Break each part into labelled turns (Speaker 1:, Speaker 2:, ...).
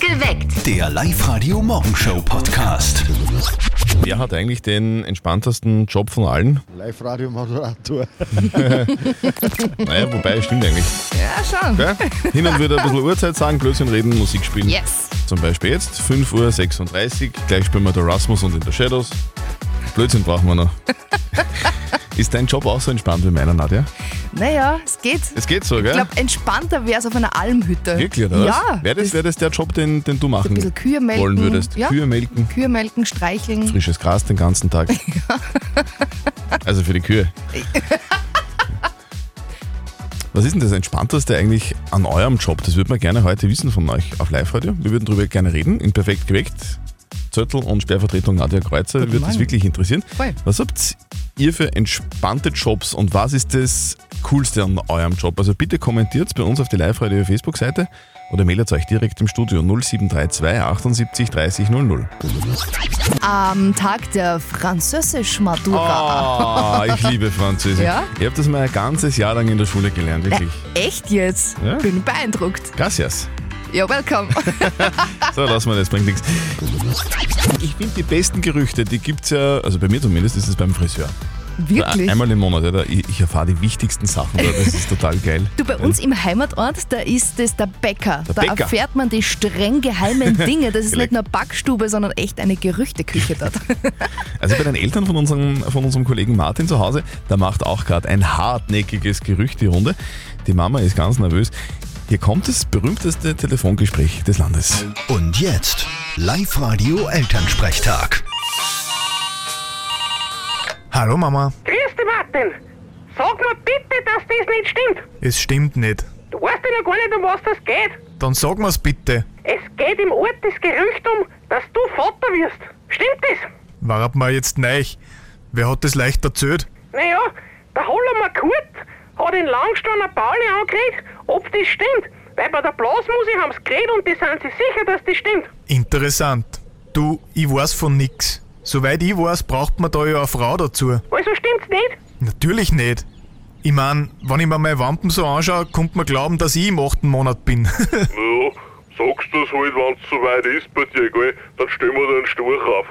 Speaker 1: Geweckt.
Speaker 2: Der Live-Radio-Morgenshow-Podcast.
Speaker 3: Wer hat eigentlich den entspanntesten Job von allen?
Speaker 4: Live-Radio-Moderator.
Speaker 3: Naja, wobei, stimmt eigentlich.
Speaker 1: Ja, schon.
Speaker 3: Gell? Hin und wieder ein bisschen Uhrzeit sagen, Blödsinn reden, Musik spielen.
Speaker 1: Yes.
Speaker 3: Zum Beispiel jetzt, 5.36 Uhr, gleich spielen wir der Rasmus und in der Shadows. Blödsinn brauchen wir noch. Ist dein Job auch so entspannt wie meiner, Nadja?
Speaker 1: Naja, es geht.
Speaker 3: Es geht so, gell?
Speaker 1: Ich glaube, entspannter wäre es auf einer Almhütte.
Speaker 3: Wirklich, oder was?
Speaker 1: Ja.
Speaker 3: Wäre das, wär das der Job, den, den du machen
Speaker 1: ein bisschen Kühe melken.
Speaker 3: wollen würdest?
Speaker 1: Ja.
Speaker 3: Kühe melken,
Speaker 1: Kühe melken, streicheln.
Speaker 3: frisches Gras den ganzen Tag. Also für die Kühe. Was ist denn das Entspannteste eigentlich an eurem Job? Das würde man gerne heute wissen von euch auf Live-Radio. Wir würden darüber gerne reden, in Perfekt geweckt. Zöttl und Sperrvertretung Nadja Kreuzer würde das
Speaker 1: Morgen.
Speaker 3: wirklich interessieren.
Speaker 1: Voll.
Speaker 3: Was habt ihr für entspannte Jobs und was ist das Coolste an eurem Job? Also bitte kommentiert bei uns auf die Live-Radio Facebook-Seite oder mailt euch direkt im Studio 0732 78 30 00.
Speaker 1: Am Tag der Französisch-Matura.
Speaker 3: Ah, ich liebe Französisch.
Speaker 1: Ja?
Speaker 3: Ich habe das mal ein ganzes Jahr lang in der Schule gelernt, wirklich.
Speaker 1: Echt jetzt?
Speaker 3: Ja.
Speaker 1: Bin beeindruckt.
Speaker 3: Gracias.
Speaker 1: Ja, welcome.
Speaker 3: So, lassen wir das, bringt nichts. Ich finde, die besten Gerüchte, die gibt es ja, also bei mir zumindest, ist es beim Friseur. Also
Speaker 1: Wirklich.
Speaker 3: Einmal im Monat, oder? Ich, ich erfahre die wichtigsten Sachen, oder? das ist total geil.
Speaker 1: Du, bei uns im Heimatort, da ist es der Bäcker.
Speaker 3: Der
Speaker 1: da
Speaker 3: Bäcker.
Speaker 1: erfährt man die streng geheimen Dinge. Das ist nicht
Speaker 3: Leck.
Speaker 1: nur Backstube, sondern echt eine Gerüchteküche dort.
Speaker 3: Also bei den Eltern von unserem, von unserem Kollegen Martin zu Hause, da macht auch gerade ein hartnäckiges Gerücht die Runde. Die Mama ist ganz nervös. Hier kommt das berühmteste Telefongespräch des Landes.
Speaker 2: Und jetzt Live-Radio Elternsprechtag.
Speaker 5: Hallo Mama,
Speaker 6: Grüß dich, Martin. Sag mir bitte, dass das nicht stimmt.
Speaker 5: es stimmt nicht.
Speaker 6: Du weißt ja noch gar nicht, um was das geht.
Speaker 5: Dann sag mir's bitte.
Speaker 6: Es geht im Ort das Gerücht um, dass du Vater wirst. Stimmt das?
Speaker 5: Warab mal jetzt neich. Wer hat das leicht erzählt?
Speaker 6: Naja, der Hollermann Kurt hat in Langsteiner Pauli angeregt, ob das stimmt. Weil bei der Blasmusik haben sie geredet und die sind sich sicher, dass das stimmt.
Speaker 5: Interessant. Du, ich weiß von nix. Soweit ich weiß, braucht man da ja eine Frau dazu.
Speaker 6: Also stimmt's nicht?
Speaker 5: Natürlich nicht. Ich mein, wenn ich mir meine Wampen so anschaue, kommt man glauben, dass ich im achten Monat bin.
Speaker 7: Ja, sagst du es halt, wenn es soweit ist bei dir, gell? Dann stellen wir den Storch auf.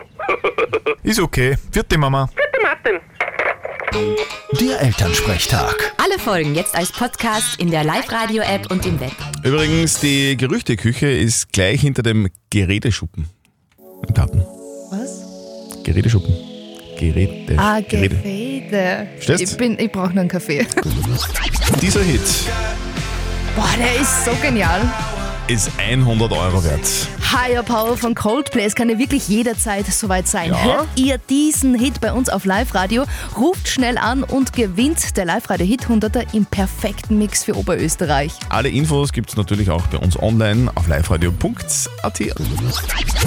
Speaker 5: Ist okay. Vierte Mama.
Speaker 6: Bitte, Martin.
Speaker 2: Der Elternsprechtag.
Speaker 8: Alle Folgen jetzt als Podcast in der Live-Radio-App und im Web.
Speaker 3: Übrigens, die Gerüchteküche ist gleich hinter dem Geräteschuppen im Garten.
Speaker 1: Was?
Speaker 3: Geräteschuppen. Geräte.
Speaker 1: Ah,
Speaker 3: Gerede.
Speaker 1: Gerede.
Speaker 3: Verstehst?
Speaker 1: Ich, bin- ich brauche noch einen Kaffee.
Speaker 3: Dieser Hit
Speaker 1: Boah, der ist so genial.
Speaker 3: ist 100 Euro wert.
Speaker 1: Higher Power von Coldplay. Es kann ja wirklich jederzeit soweit sein.
Speaker 3: Ja.
Speaker 1: Hört ihr diesen Hit bei uns auf Live-Radio, ruft schnell an und gewinnt der Live-Radio-Hit 100er im perfekten Mix für Oberösterreich.
Speaker 3: Alle Infos gibt's natürlich auch bei uns online auf liveradio.at.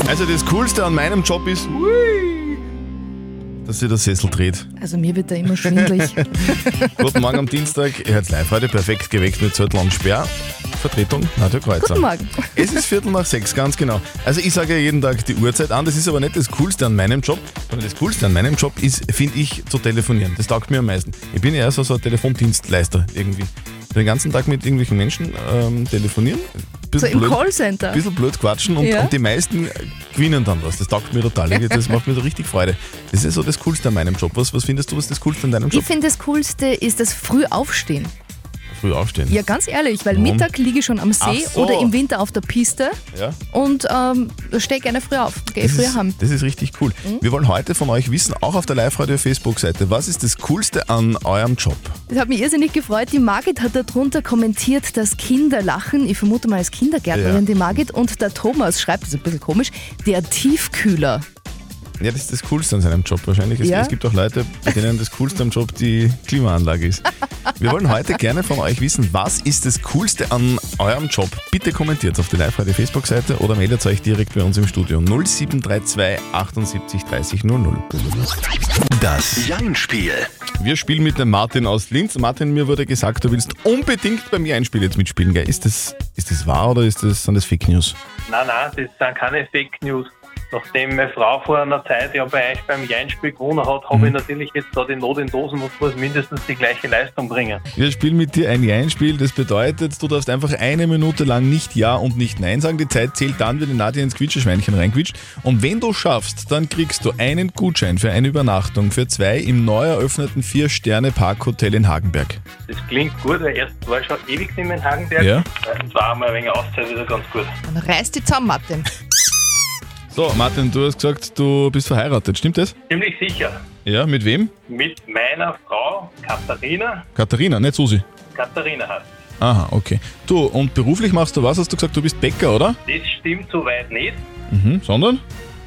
Speaker 3: Also das Coolste an meinem Job ist, hui, dass ihr das Sessel dreht.
Speaker 1: Also mir wird da immer schwindelig.
Speaker 3: Guten Morgen am Dienstag, ihr hört live heute perfekt geweckt mit Zürtel und Sperr. Vertretung Nadja Kreuzer.
Speaker 1: Guten Morgen.
Speaker 3: Es ist Viertel nach sechs, ganz genau. Also ich sage ja jeden Tag die Uhrzeit an, das ist aber nicht das Coolste an meinem Job, sondern das Coolste an meinem Job ist, finde ich, zu telefonieren. Das taugt mir am meisten. Ich bin ja eher so, so ein Telefondienstleister irgendwie. Den ganzen Tag mit irgendwelchen Menschen ähm, telefonieren.
Speaker 1: So
Speaker 3: Bisschen
Speaker 1: im
Speaker 3: blöd-
Speaker 1: Callcenter.
Speaker 3: bisschen blöd quatschen und,
Speaker 1: Ja.
Speaker 3: und die meisten gewinnen dann was. Das taugt mir total. Das macht mir so richtig Freude. Das ist so das Coolste an meinem Job. Was, was findest du, was das Coolste an deinem Job?
Speaker 1: Ich finde das Coolste ist das Frühaufstehen.
Speaker 3: Früh aufstehen.
Speaker 1: Ja, ganz ehrlich, weil
Speaker 3: Warum?
Speaker 1: Mittag liege ich schon am See
Speaker 3: Ach so.
Speaker 1: oder im Winter auf der Piste
Speaker 3: Ja.
Speaker 1: und ähm, stehe gerne früh auf, gehe
Speaker 3: Das
Speaker 1: eh früher
Speaker 3: ist,
Speaker 1: heim.
Speaker 3: das ist richtig cool. Wir wollen heute von euch wissen, auch auf der Live-Radio-Facebook-Seite, was ist das Coolste an eurem Job?
Speaker 1: Das hat mich irrsinnig gefreut. Die Margit hat darunter kommentiert, dass Kinder lachen. Ich vermute mal als
Speaker 3: Ja.
Speaker 1: Kindergärtnerin die Margit. Und der Thomas schreibt, das ist ein bisschen komisch, der Tiefkühler.
Speaker 3: Ja, das ist das Coolste an seinem Job wahrscheinlich. Es,
Speaker 1: Ja.
Speaker 3: es gibt auch Leute, bei denen das Coolste am Job die Klimaanlage ist. Wir wollen heute gerne von euch wissen, was ist das Coolste an eurem Job? Bitte kommentiert auf der Live-Radio-Facebook-Seite oder meldet euch direkt bei uns im Studio 0732 78 30 00.
Speaker 2: Das Jein-Spiel.
Speaker 3: Wir spielen mit dem Martin aus Linz. Martin, mir wurde gesagt, du willst unbedingt bei mir ein Spiel jetzt mitspielen. Gell? Ist, das, ist das wahr oder ist das, sind das Fake News?
Speaker 9: Nein, nein, das sind keine Fake News. Nachdem meine Frau vor einer Zeit ja bei euch beim Jeinspiel gewonnen hat, habe ich natürlich jetzt da die Not in Dosen und muss mindestens die gleiche Leistung bringen.
Speaker 3: Wir spielen mit dir ein Jein-Spiel. Das bedeutet, du darfst einfach eine Minute lang nicht Ja und nicht Nein sagen. Die Zeit zählt dann, wenn die Nadja ins Quietscheschweinchen reinquitscht. Und wenn du schaffst, dann kriegst du einen Gutschein für eine Übernachtung für zwei im neu eröffneten Vier-Sterne-Parkhotel in Hagenberg.
Speaker 9: Das klingt gut, weil erst war ich schon ewig nicht mehr in Hagenberg.
Speaker 3: Ja.
Speaker 9: Zweitens war einmal ein wenig Auszeit wieder ganz gut.
Speaker 1: Dann reiß die zusammen, Martin.
Speaker 3: So, Martin, du hast gesagt, du bist verheiratet. Stimmt das?
Speaker 9: Ziemlich sicher.
Speaker 3: Ja, mit wem?
Speaker 9: Mit meiner Frau Katharina.
Speaker 3: Katharina, nicht Susi.
Speaker 9: Katharina heißt. sie.
Speaker 3: Aha, okay. Du, und beruflich machst du was? Hast du gesagt, du bist Bäcker, oder?
Speaker 9: Das stimmt soweit nicht.
Speaker 3: Mhm. Sondern?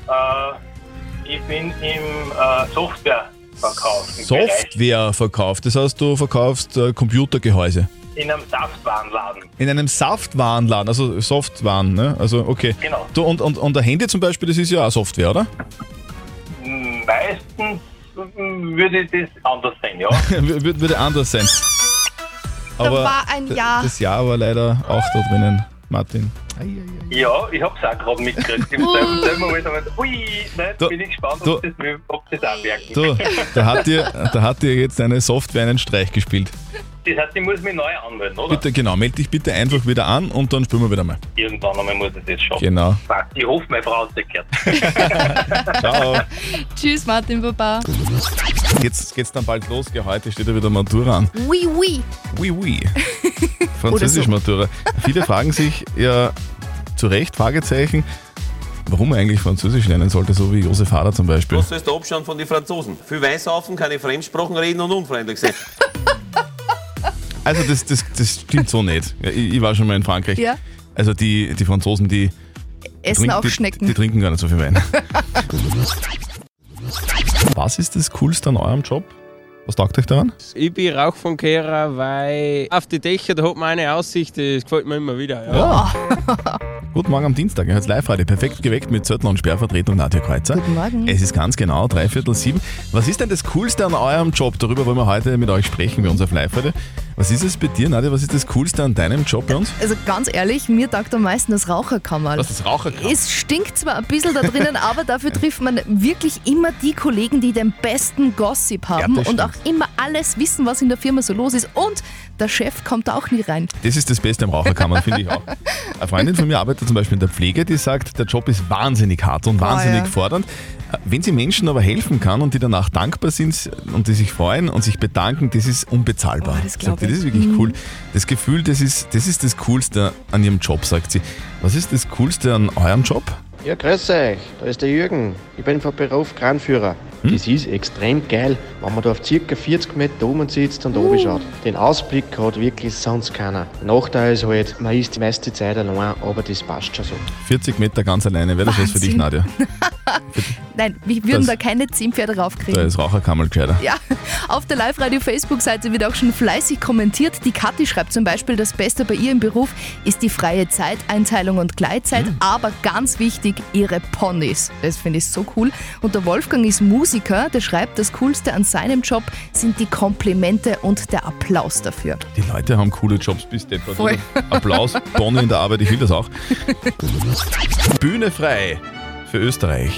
Speaker 9: Äh, ich bin im äh, Softwareverkauf. im Bereich,
Speaker 3: Softwareverkauf. Das heißt, du verkaufst äh, Computergehäuse.
Speaker 9: In einem Saftwarenladen.
Speaker 3: In einem Saftwarenladen, also Softwaren, ne? Also, okay.
Speaker 9: Genau.
Speaker 3: Du, und, und, und der Handy zum Beispiel, das ist ja auch Software, oder?
Speaker 9: Meistens mm, würde ich das anders sehen, ja.
Speaker 3: Wür- Würde, würde anders sein. Aber
Speaker 1: war ein
Speaker 3: d-
Speaker 1: Ja.
Speaker 3: Das Ja war leider auch da drinnen, Martin.
Speaker 9: ja, ich hab's auch gerade mitgekriegt. Im selben selben Moment habe ich gedacht, ui, nein, jetzt
Speaker 3: Du-
Speaker 9: bin ich gespannt, ob
Speaker 3: du-
Speaker 9: das, wir- ob das auch wirken.
Speaker 3: Du, da hat dir, da hat dir jetzt eine Software einen Streich gespielt.
Speaker 9: Das heißt, ich muss mich neu anmelden, oder?
Speaker 3: Bitte, genau, melde dich bitte einfach wieder an und dann spielen wir wieder mal.
Speaker 9: Irgendwann einmal muss ich das schaffen.
Speaker 3: Genau.
Speaker 9: Fuck, Ich hoffe, meine Frau hat es nicht gehört.
Speaker 3: Ciao.
Speaker 1: Tschüss, Martin Baba.
Speaker 3: Jetzt geht's dann bald los. gell? Heute steht ja wieder Matura an.
Speaker 1: Oui, oui.
Speaker 3: Oui, oui. Französisch-Matura. Viele fragen sich ja zu Recht, Fragezeichen, warum man eigentlich Französisch lernen sollte, so wie Josef Hader zum Beispiel.
Speaker 10: Das ist der Abstand von den Franzosen. Viel Weißhaufen, keine Fremdsprachen reden und unfreundlich sein.
Speaker 3: Also das, das, das stimmt so nicht. Ja, ich, ich war schon mal in Frankreich.
Speaker 1: Ja.
Speaker 3: Also die, die Franzosen, die,
Speaker 1: Essen
Speaker 3: trinken,
Speaker 1: auch
Speaker 3: die,
Speaker 1: Schnecken.
Speaker 3: die trinken gar nicht so viel Wein. Was ist das Coolste an eurem Job? Was taugt euch daran?
Speaker 10: Ich bin Rauchfunkehrer, weil auf die Dächer, da hat man eine Aussicht, das gefällt mir immer wieder. Ja.
Speaker 3: Guten Morgen am Dienstag, jetzt live heute. Perfekt geweckt mit Zöttner und Sperrvertretung Nadja Kreuzer.
Speaker 1: Guten Morgen.
Speaker 3: Es ist ganz genau dreiviertel sieben. Was ist denn das Coolste an eurem Job? Darüber wollen wir heute mit euch sprechen, bei uns auf live heute. Was ist es bei dir, Nadja? Was ist das Coolste an deinem Job bei uns?
Speaker 1: Also ganz ehrlich, mir taugt am meisten das Raucherkammerl.
Speaker 3: Was ist Raucherkraft?
Speaker 1: Es stinkt zwar ein bisschen da drinnen, aber dafür trifft man wirklich immer die Kollegen, die den besten Gossip haben
Speaker 3: das
Speaker 1: und
Speaker 3: stimmt.
Speaker 1: auch immer alles wissen, was in der Firma so los ist. Und der Chef kommt da auch nie rein.
Speaker 3: Das ist das Beste am Raucherkammern, finde ich auch. Eine Freundin von mir arbeitet zum Beispiel in der Pflege, die sagt, der Job ist wahnsinnig hart und wahnsinnig
Speaker 1: Oh, ja.
Speaker 3: fordernd. Wenn sie Menschen aber helfen kann und die danach dankbar sind und die sich freuen und sich bedanken, das ist unbezahlbar.
Speaker 1: Oh, das
Speaker 3: sagt
Speaker 1: glaub
Speaker 3: sie, das
Speaker 1: ich.
Speaker 3: ist wirklich cool. Das Gefühl, das ist, das ist das Coolste an ihrem Job, sagt sie. Was ist das Coolste an eurem Job?
Speaker 11: Ja, grüß euch, da ist der Jürgen. Ich bin von Beruf Kranführer. Das ist extrem geil, wenn man da auf ca. 40 Meter oben sitzt und oben schaut. Den Ausblick hat wirklich sonst keiner. Nachteil ist halt, man ist die meiste Zeit allein, aber das passt schon so.
Speaker 3: 40 Meter ganz alleine, wäre das was für dich,
Speaker 1: Wahnsinn.
Speaker 3: Nadja?
Speaker 1: Nein, wir würden
Speaker 3: Das-
Speaker 1: da keine Zimpferde
Speaker 3: Da
Speaker 1: raufkriegen.
Speaker 3: ist Raucherkammel gescheiter.
Speaker 1: Ja, auf der Live-Radio-Facebook-Seite wird auch schon fleißig kommentiert. Die Kathi schreibt zum Beispiel, das Beste bei ihr im Beruf ist die freie Zeiteinteilung und Gleitzeit,
Speaker 3: Hm.
Speaker 1: aber ganz wichtig, ihre Ponys. Das finde ich so cool. Und der Wolfgang ist Musiker, der schreibt, das Coolste an seinem Job sind die Komplimente und der Applaus dafür.
Speaker 3: Die Leute haben coole Jobs bis deppert.
Speaker 1: Voll.
Speaker 3: oder? Applaus, Bonnie in der Arbeit, ich will das auch. Bühne frei für Österreich.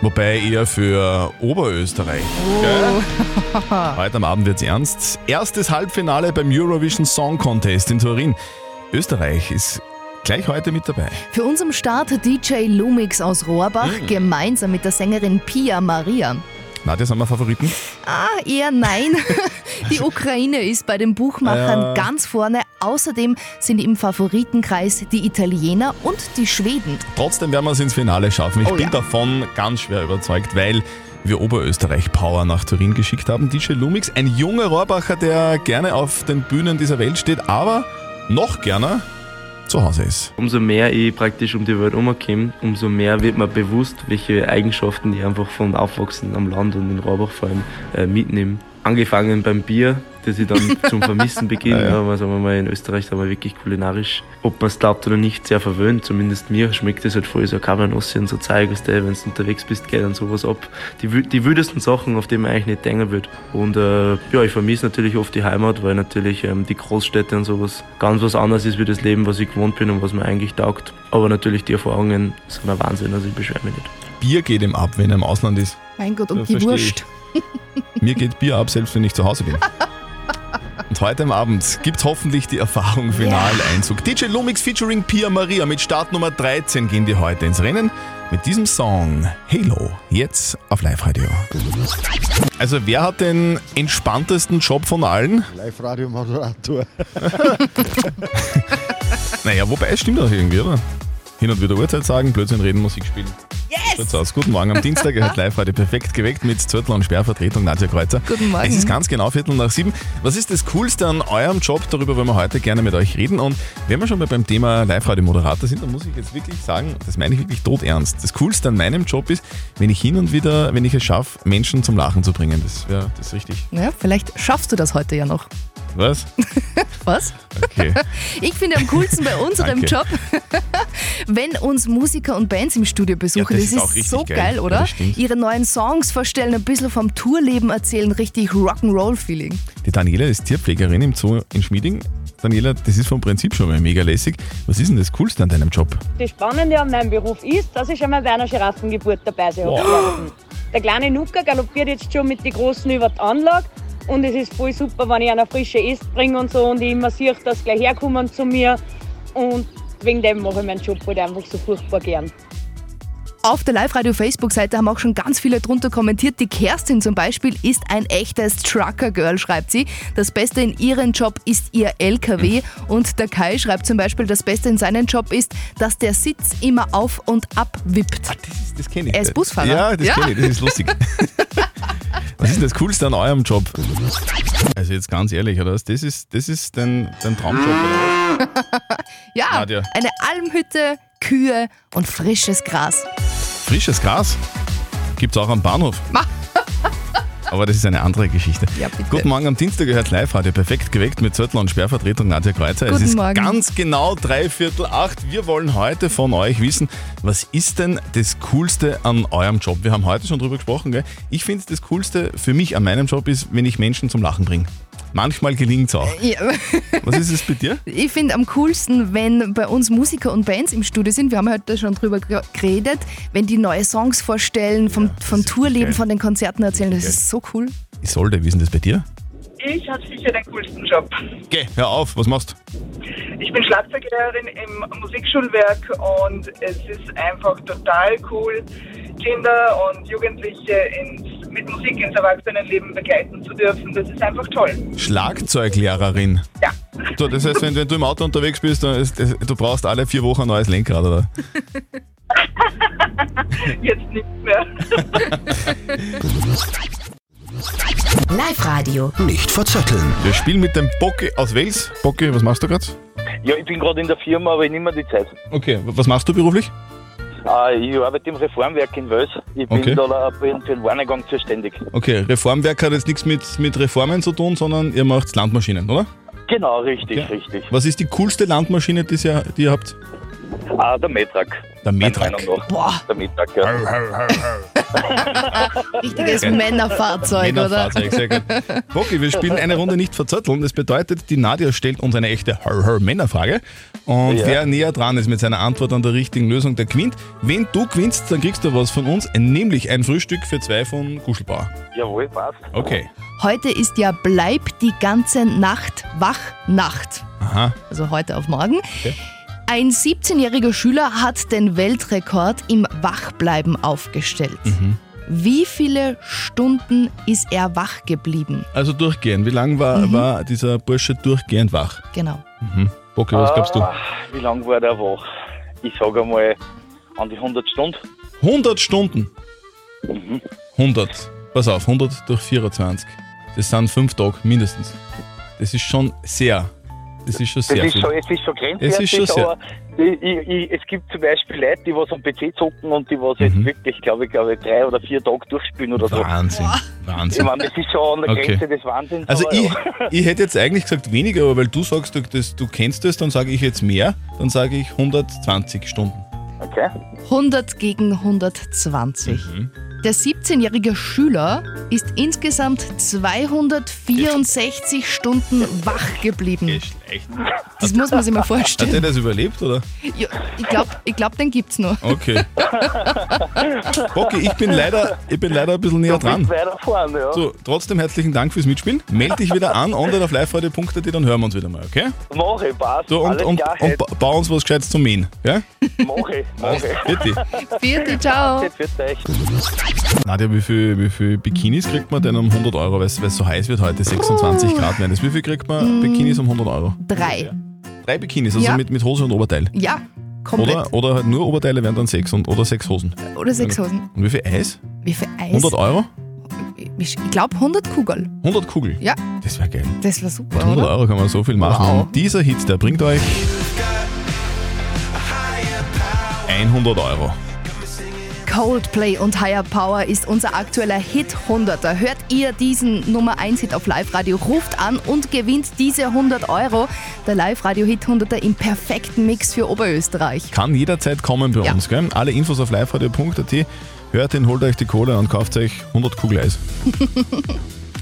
Speaker 3: Wobei eher für Oberösterreich. Gell? Heute am Abend wird's ernst. Erstes Halbfinale beim Eurovision Song Contest in Turin. Österreich ist gleich heute mit dabei.
Speaker 1: Für unseren Start DJ Lumix aus Rohrbach
Speaker 3: Hm.
Speaker 1: gemeinsam mit der Sängerin Pia Maria.
Speaker 3: Nadja, sind wir Favoriten?
Speaker 1: Ah, eher nein. Die Ukraine ist bei den Buchmachern ganz vorne. Außerdem sind im Favoritenkreis die Italiener und die Schweden.
Speaker 3: Trotzdem werden wir es ins Finale schaffen. Ich
Speaker 1: Oh
Speaker 3: bin
Speaker 1: ja.
Speaker 3: davon ganz schwer überzeugt, weil wir Oberösterreich Power nach Turin geschickt haben. DJ Lumix, ein junger Rohrbacher, der gerne auf den Bühnen dieser Welt steht, aber noch gerne zu Hause ist.
Speaker 10: Umso mehr ich praktisch um die Welt umkomme, umso mehr wird mir bewusst, welche Eigenschaften ich einfach vom Aufwachsen am Land und in Rohrbach vor allem äh, mitnehme. Angefangen beim Bier, das ich dann zum Vermissen beginne. ja, aber sagen wir mal, in Österreich sind wir wirklich kulinarisch, ob man es glaubt oder nicht, sehr verwöhnt. Zumindest mir schmeckt es halt voll so Cabernossi und so Zeug, weißt du, wenn du unterwegs bist, geht dann sowas ab. Die, wü- die wildesten Sachen, auf die man eigentlich nicht denken wird. Und äh, ja, ich vermisse natürlich oft die Heimat, weil natürlich ähm, die Großstädte und sowas ganz was anderes ist wie das Leben, was ich gewohnt bin und was mir eigentlich taugt. Aber natürlich die Erfahrungen sind ein Wahnsinn, also ich beschwere mich nicht.
Speaker 3: Bier geht ihm ab, wenn er im Ausland ist.
Speaker 1: Mein Gott, und
Speaker 3: Das
Speaker 1: die
Speaker 3: verstehe
Speaker 1: Wurst.
Speaker 3: Ich. Mir geht Bier ab, selbst wenn ich zu Hause bin. Und heute am Abend gibt hoffentlich die Erfahrung final Einzug. DJ Lumix featuring Pia Maria mit Startnummer 13 gehen die heute ins Rennen mit diesem Song Halo jetzt auf Live Radio. Also wer hat den entspanntesten Job von allen?
Speaker 4: Live-Radio-Moderator.
Speaker 3: Naja, wobei es stimmt auch irgendwie, oder? Hin und wieder Uhrzeit sagen, Blödsinn reden, Musik spielen. Yes! Schaut's aus. Guten Morgen am Dienstag, ihr hört live heute perfekt geweckt mit Zürtel und Sperrvertretung Nadja Kreuzer.
Speaker 1: Guten Morgen.
Speaker 3: Es ist ganz genau Viertel nach sieben. Was ist das Coolste an eurem Job? Darüber wollen wir heute gerne mit euch reden. Und wenn wir schon mal beim Thema Live-Radio-Moderator sind, dann muss ich jetzt wirklich sagen, das meine ich wirklich todernst. Das Coolste an meinem Job ist, wenn ich hin und wieder, wenn ich es schaffe, Menschen zum Lachen zu bringen. Das wäre das ist richtig.
Speaker 1: Ja, vielleicht schaffst du das heute ja noch.
Speaker 3: Was?
Speaker 1: Was?
Speaker 3: Okay.
Speaker 1: Ich finde am coolsten bei unserem
Speaker 3: Danke.
Speaker 1: Job, wenn uns Musiker und Bands im Studio besuchen.
Speaker 3: Ja, das
Speaker 1: das,
Speaker 3: ist auch
Speaker 1: ist,
Speaker 3: richtig
Speaker 1: so
Speaker 3: geil.
Speaker 1: geil,
Speaker 3: Ja,
Speaker 1: oder?
Speaker 3: das stimmt.
Speaker 1: Ihre neuen Songs vorstellen, ein bisschen vom Tourleben erzählen, richtig Rock'n'Roll-Feeling.
Speaker 3: Die Daniela ist Tierpflegerin im Zoo in Schmieding. Daniela, das ist vom Prinzip schon mal mega lässig. Was ist denn das Coolste an deinem Job?
Speaker 12: Das Spannende an meinem Beruf ist, dass ich schon mal bei einer Giraffengeburt dabei sein habe. dürfen. Der kleine Nuka galoppiert jetzt schon mit den Großen über die Anlage und es ist voll super, wenn ich einer frische Est bringe und so und ich immer sehe, dass gleich herkommen zu mir und wegen dem mache ich meinen Job halt einfach so furchtbar gern.
Speaker 1: Auf der Live-Radio-Facebook-Seite haben auch schon ganz viele drunter kommentiert. Die Kerstin zum Beispiel ist ein echtes Trucker-Girl, schreibt sie. Das Beste in ihrem Job ist ihr LKW. Und der Kai schreibt zum Beispiel, das Beste in seinem Job ist, dass der Sitz immer auf und ab wippt.
Speaker 3: das kenne ich.
Speaker 1: Er ist Busfahrer.
Speaker 3: Ja, das kenne ich, das ist lustig. Was ist denn das Coolste an eurem Job? Also jetzt ganz ehrlich, oder? was? Das ist, das ist dein, dein Traumjob, oder?
Speaker 1: Ja,
Speaker 3: Nadja.
Speaker 1: eine Almhütte, Kühe und frisches Gras.
Speaker 3: was? Frisches Gras gibt es auch am Bahnhof.
Speaker 1: Ma.
Speaker 3: Aber das ist eine andere Geschichte.
Speaker 1: Ja, bitte.
Speaker 3: Guten Morgen am Dienstag gehört live heute perfekt geweckt mit Zürtel und Sperrvertretung Nadja Kreuzer. es
Speaker 1: Guten
Speaker 3: ist
Speaker 1: Morgen.
Speaker 3: ganz genau dreiviertel acht. Wir wollen heute von euch wissen, was ist denn das Coolste an eurem Job? Wir haben heute schon drüber gesprochen. Gell? Ich finde, das Coolste für mich an meinem Job ist, wenn ich Menschen zum Lachen bringe. Manchmal gelingt es auch.
Speaker 1: Ja.
Speaker 3: Was ist es bei dir?
Speaker 1: Ich finde am coolsten, wenn bei uns Musiker und Bands im Studio sind, wir haben heute schon drüber ge- geredet, wenn die neue Songs vorstellen, vom, vom Tourleben, von den Konzerten erzählen, das ist so cool.
Speaker 3: Ich sollte wissen, das bei dir?
Speaker 13: Ich habe sicher den coolsten Job.
Speaker 3: Geh, hör auf, was machst du?
Speaker 13: Ich bin Schlagzeuglehrerin im Musikschulwerk und es ist einfach total cool, Kinder und Jugendliche ins, mit Musik ins Erwachsenenleben begleiten zu dürfen. Das ist einfach toll.
Speaker 3: Schlagzeuglehrerin. Ja. So, das heißt, wenn, wenn du im Auto unterwegs bist, dann ist, das- du brauchst alle vier Wochen ein neues Lenkrad, oder?
Speaker 13: Jetzt nicht mehr.
Speaker 8: Live Radio.
Speaker 2: Nicht verzetteln.
Speaker 3: Wir spielen mit dem Bocke aus Wels. Bocke, was machst du gerade?
Speaker 14: Ja, ich bin gerade in der Firma, aber ich nehme mir die Zeit.
Speaker 3: Okay, w- was machst du beruflich?
Speaker 14: Äh, ich arbeite im Reformwerk in Wels. Ich bin
Speaker 3: Okay.
Speaker 14: da da bin für den Warnergang zuständig.
Speaker 3: Okay, Reformwerk hat jetzt nichts mit, mit Reformen zu tun, sondern ihr macht Landmaschinen, oder?
Speaker 14: Genau, richtig, richtig.
Speaker 3: Was ist die coolste Landmaschine, die ihr, die ihr habt?
Speaker 14: Ah, der Metrak.
Speaker 3: Der Metrak.
Speaker 14: Boah. Der Metrak, ja.
Speaker 1: Richtiges
Speaker 3: Ja.
Speaker 1: Männerfahrzeug, oder?
Speaker 3: Genau. Männerfahrzeug, sehr gut. Bocke, wir spielen eine Runde nicht verzötteln. Das bedeutet, die Nadja stellt uns eine echte Hör, Hör Männerfrage. Und
Speaker 14: Ja.
Speaker 3: wer näher dran ist mit seiner Antwort an der richtigen Lösung, der gewinnt. Wenn du gewinnst, dann kriegst du was von uns, nämlich ein Frühstück für zwei von Guschelbauer.
Speaker 14: Jawohl, passt.
Speaker 3: Okay.
Speaker 1: Heute ist ja Bleib die ganze Nacht wach Nacht,
Speaker 3: Aha.
Speaker 1: also heute auf morgen.
Speaker 3: Okay.
Speaker 1: Ein 17-jähriger Schüler hat den Weltrekord im Wachbleiben aufgestellt.
Speaker 3: Mhm.
Speaker 1: Wie viele Stunden ist er wach geblieben?
Speaker 3: Also durchgehend. Wie lange war,
Speaker 14: Mhm.
Speaker 3: war dieser Bursche durchgehend wach?
Speaker 1: Genau.
Speaker 3: Mhm. Bocke, was glaubst du?
Speaker 14: Ah, Wie lange war der wach? Ich sage einmal an die 100 Stunden.
Speaker 3: 100 Stunden.
Speaker 14: Mhm.
Speaker 3: 100. Pass auf, 100 durch 24. Das sind fünf Tage mindestens. Das ist schon sehr. Das ist schon
Speaker 14: Das
Speaker 3: sehr
Speaker 14: ist
Speaker 3: viel.
Speaker 14: schon, es ist schon grenzwertig,
Speaker 3: Es ist schon sehr-
Speaker 14: aber ich, ich, ich, es gibt zum Beispiel Leute, die was am PC zocken und die was
Speaker 3: Mhm.
Speaker 14: jetzt wirklich, glaube ich, glaube ich, drei oder vier Tage durchspielen oder so.
Speaker 3: Wahnsinn,
Speaker 14: Ich
Speaker 3: Wahnsinn.
Speaker 14: meine, das ist schon an der
Speaker 3: Okay.
Speaker 14: Grenze des Wahnsinns.
Speaker 3: Also
Speaker 14: aber
Speaker 3: ich,
Speaker 14: ja.
Speaker 3: ich hätte jetzt eigentlich gesagt weniger, aber weil du sagst, du, das, du kennst das, dann sage ich jetzt mehr, dann sage ich 120 Stunden.
Speaker 14: Okay.
Speaker 1: 100 gegen 120.
Speaker 3: Mhm.
Speaker 1: Der 17-jährige Schüler
Speaker 14: Hm.
Speaker 1: ist insgesamt 264 Stunden wach geblieben.
Speaker 3: Echt?
Speaker 1: Das muss man sich mal
Speaker 3: Hat
Speaker 1: vorstellen.
Speaker 3: der das überlebt, oder?
Speaker 1: Ja, ich glaube, ich glaub, den gibt's noch.
Speaker 3: Okay. Bocki, ich bin leider, ich bin leider ein bisschen näher dran.
Speaker 14: Weiterfahren, ja.
Speaker 3: So, trotzdem herzlichen Dank fürs Mitspielen. Meld dich wieder an, online auf liveradio.at, dann hören wir uns wieder mal, okay?
Speaker 14: Mach ich, passt.
Speaker 3: So, und,
Speaker 14: Alles
Speaker 3: und,
Speaker 14: klar,
Speaker 3: und ba- bau uns was Gescheites zum Mähen, ja?
Speaker 14: mach ich, mach ich.
Speaker 3: Bitte.
Speaker 1: Vierte, ciao.
Speaker 3: Nadja, wie viel, wie viel Bikinis kriegt man denn um 100 Euro, weil es weil es so heiß wird heute, 26 Grad werden es. Wie viel kriegt man Bikinis um 100 Euro?
Speaker 1: Drei.
Speaker 3: Drei Bikinis, also
Speaker 1: Ja.
Speaker 3: mit, mit Hose und Oberteil.
Speaker 1: Ja, komplett.
Speaker 3: Oder, oder halt nur Oberteile wären dann sechs und, oder sechs Hosen.
Speaker 1: Oder sechs Hosen.
Speaker 3: Und wie viel Eis?
Speaker 1: Wie viel Eis?
Speaker 3: 100 Euro?
Speaker 1: Ich glaube 100 Kugeln.
Speaker 3: 100 Kugel?
Speaker 1: Ja,
Speaker 3: Das wäre geil.
Speaker 1: das war super,
Speaker 3: Mit 100
Speaker 1: oder?
Speaker 3: Euro kann man so viel machen. Und dieser Hit, der bringt euch 100 Euro.
Speaker 1: Coldplay und Higher Power ist unser aktueller Hit 100er. Hört ihr diesen Nummer 1 Hit auf Live Radio, ruft an und gewinnt diese 100 Euro. Der Live Radio Hit 100er im perfekten Mix für Oberösterreich.
Speaker 3: Kann jederzeit kommen bei
Speaker 1: Ja.
Speaker 3: uns, gell? Alle Infos auf liveradio.at. Hört ihn, holt euch die Kohle und kauft euch 100 Kugel Eis.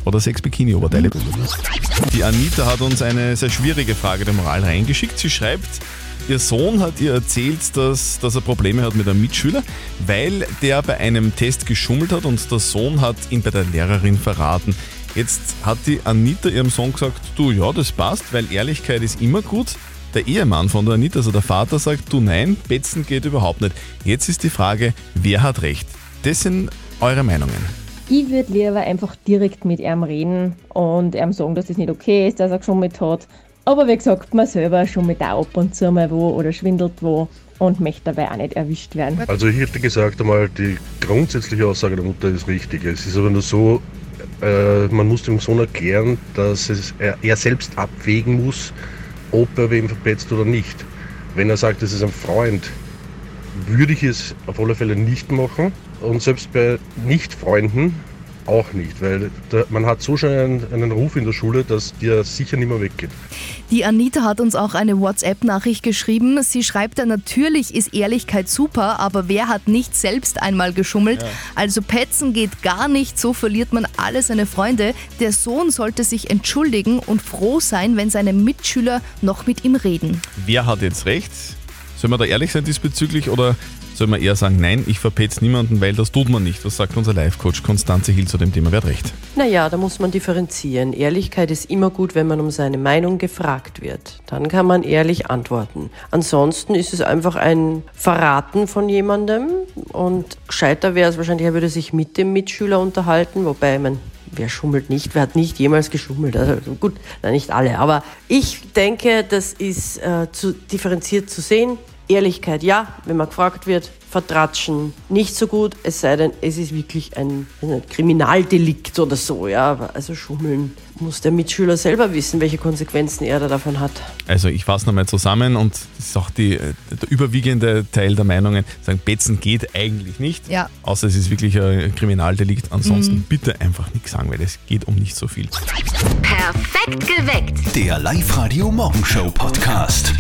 Speaker 3: Oder sechs Bikini-Oberteile. Die Anita hat uns eine sehr schwierige Frage der Moral reingeschickt. Sie schreibt, ihr Sohn hat ihr erzählt, dass, dass er Probleme hat mit einem Mitschüler, weil der bei einem Test geschummelt hat und der Sohn hat ihn bei der Lehrerin verraten. Jetzt hat die Anita ihrem Sohn gesagt, du ja, das passt, weil Ehrlichkeit ist immer gut. Der Ehemann von der Anita, also der Vater, sagt, du nein, Betzen geht überhaupt nicht. Jetzt ist die Frage, wer hat recht? Das sind eure Meinungen.
Speaker 15: Ich würde lieber einfach direkt mit ihm reden und ihm sagen, dass das nicht okay ist, dass er geschummelt hat. Aber wie gesagt, man selber schummelt auch ab und zu mal wo oder schwindelt wo und möchte dabei auch nicht erwischt werden.
Speaker 16: Also ich hätte gesagt einmal, die grundsätzliche Aussage der Mutter ist richtig. Es ist aber nur so, äh, man muss dem Sohn erklären, dass es, er, er selbst abwägen muss, ob er wem verpetzt oder nicht. Wenn er sagt, es ist ein Freund, würde ich es auf alle Fälle nicht machen. Und selbst bei Nicht-Freunden auch nicht, weil da, man hat so schnell einen, einen Ruf in der Schule, dass dir sicher nicht mehr weggeht.
Speaker 1: Die Anita hat uns auch eine WhatsApp-Nachricht geschrieben. Sie schreibt da, natürlich ist Ehrlichkeit super, aber wer hat nicht selbst einmal geschummelt?
Speaker 17: Ja.
Speaker 1: Also petzen geht gar nicht, so verliert man alle seine Freunde. Der Sohn sollte sich entschuldigen und froh sein, wenn seine Mitschüler noch mit ihm reden.
Speaker 3: Wer hat jetzt recht? Sollen wir da ehrlich sein diesbezüglich oder sollen wir eher sagen, nein, ich verpetze niemanden, weil das tut man nicht? Was sagt unser Live-Coach Konstanze Hill zu dem Thema? Wer hat recht?
Speaker 18: Naja, da muss man differenzieren. Ehrlichkeit ist immer gut, wenn man um seine Meinung gefragt wird. Dann kann man ehrlich antworten. Ansonsten ist es einfach ein Verraten von jemandem. Und scheiter wäre es wahrscheinlich, er würde sich mit dem Mitschüler unterhalten. Wobei, man, wer schummelt nicht? Wer hat nicht jemals geschummelt? Also gut, na, nicht alle. Aber ich denke, das ist äh, zu, differenziert zu sehen. Ehrlichkeit ja, wenn man gefragt wird, vertratschen nicht so gut, es sei denn, es ist wirklich ein, ein Kriminaldelikt oder so, ja. Aber Also schummeln muss der Mitschüler selber wissen, welche Konsequenzen er da davon hat.
Speaker 3: Also ich fasse nochmal zusammen und das ist auch die, äh, der überwiegende Teil der Meinungen, sagen, Betzen geht eigentlich nicht.
Speaker 1: Ja.
Speaker 3: Außer es ist wirklich ein Kriminaldelikt. Ansonsten
Speaker 2: Mhm.
Speaker 3: bitte einfach nichts sagen, weil es geht um nicht so viel.
Speaker 2: Perfekt geweckt. Der Live-Radio Morgenshow Podcast.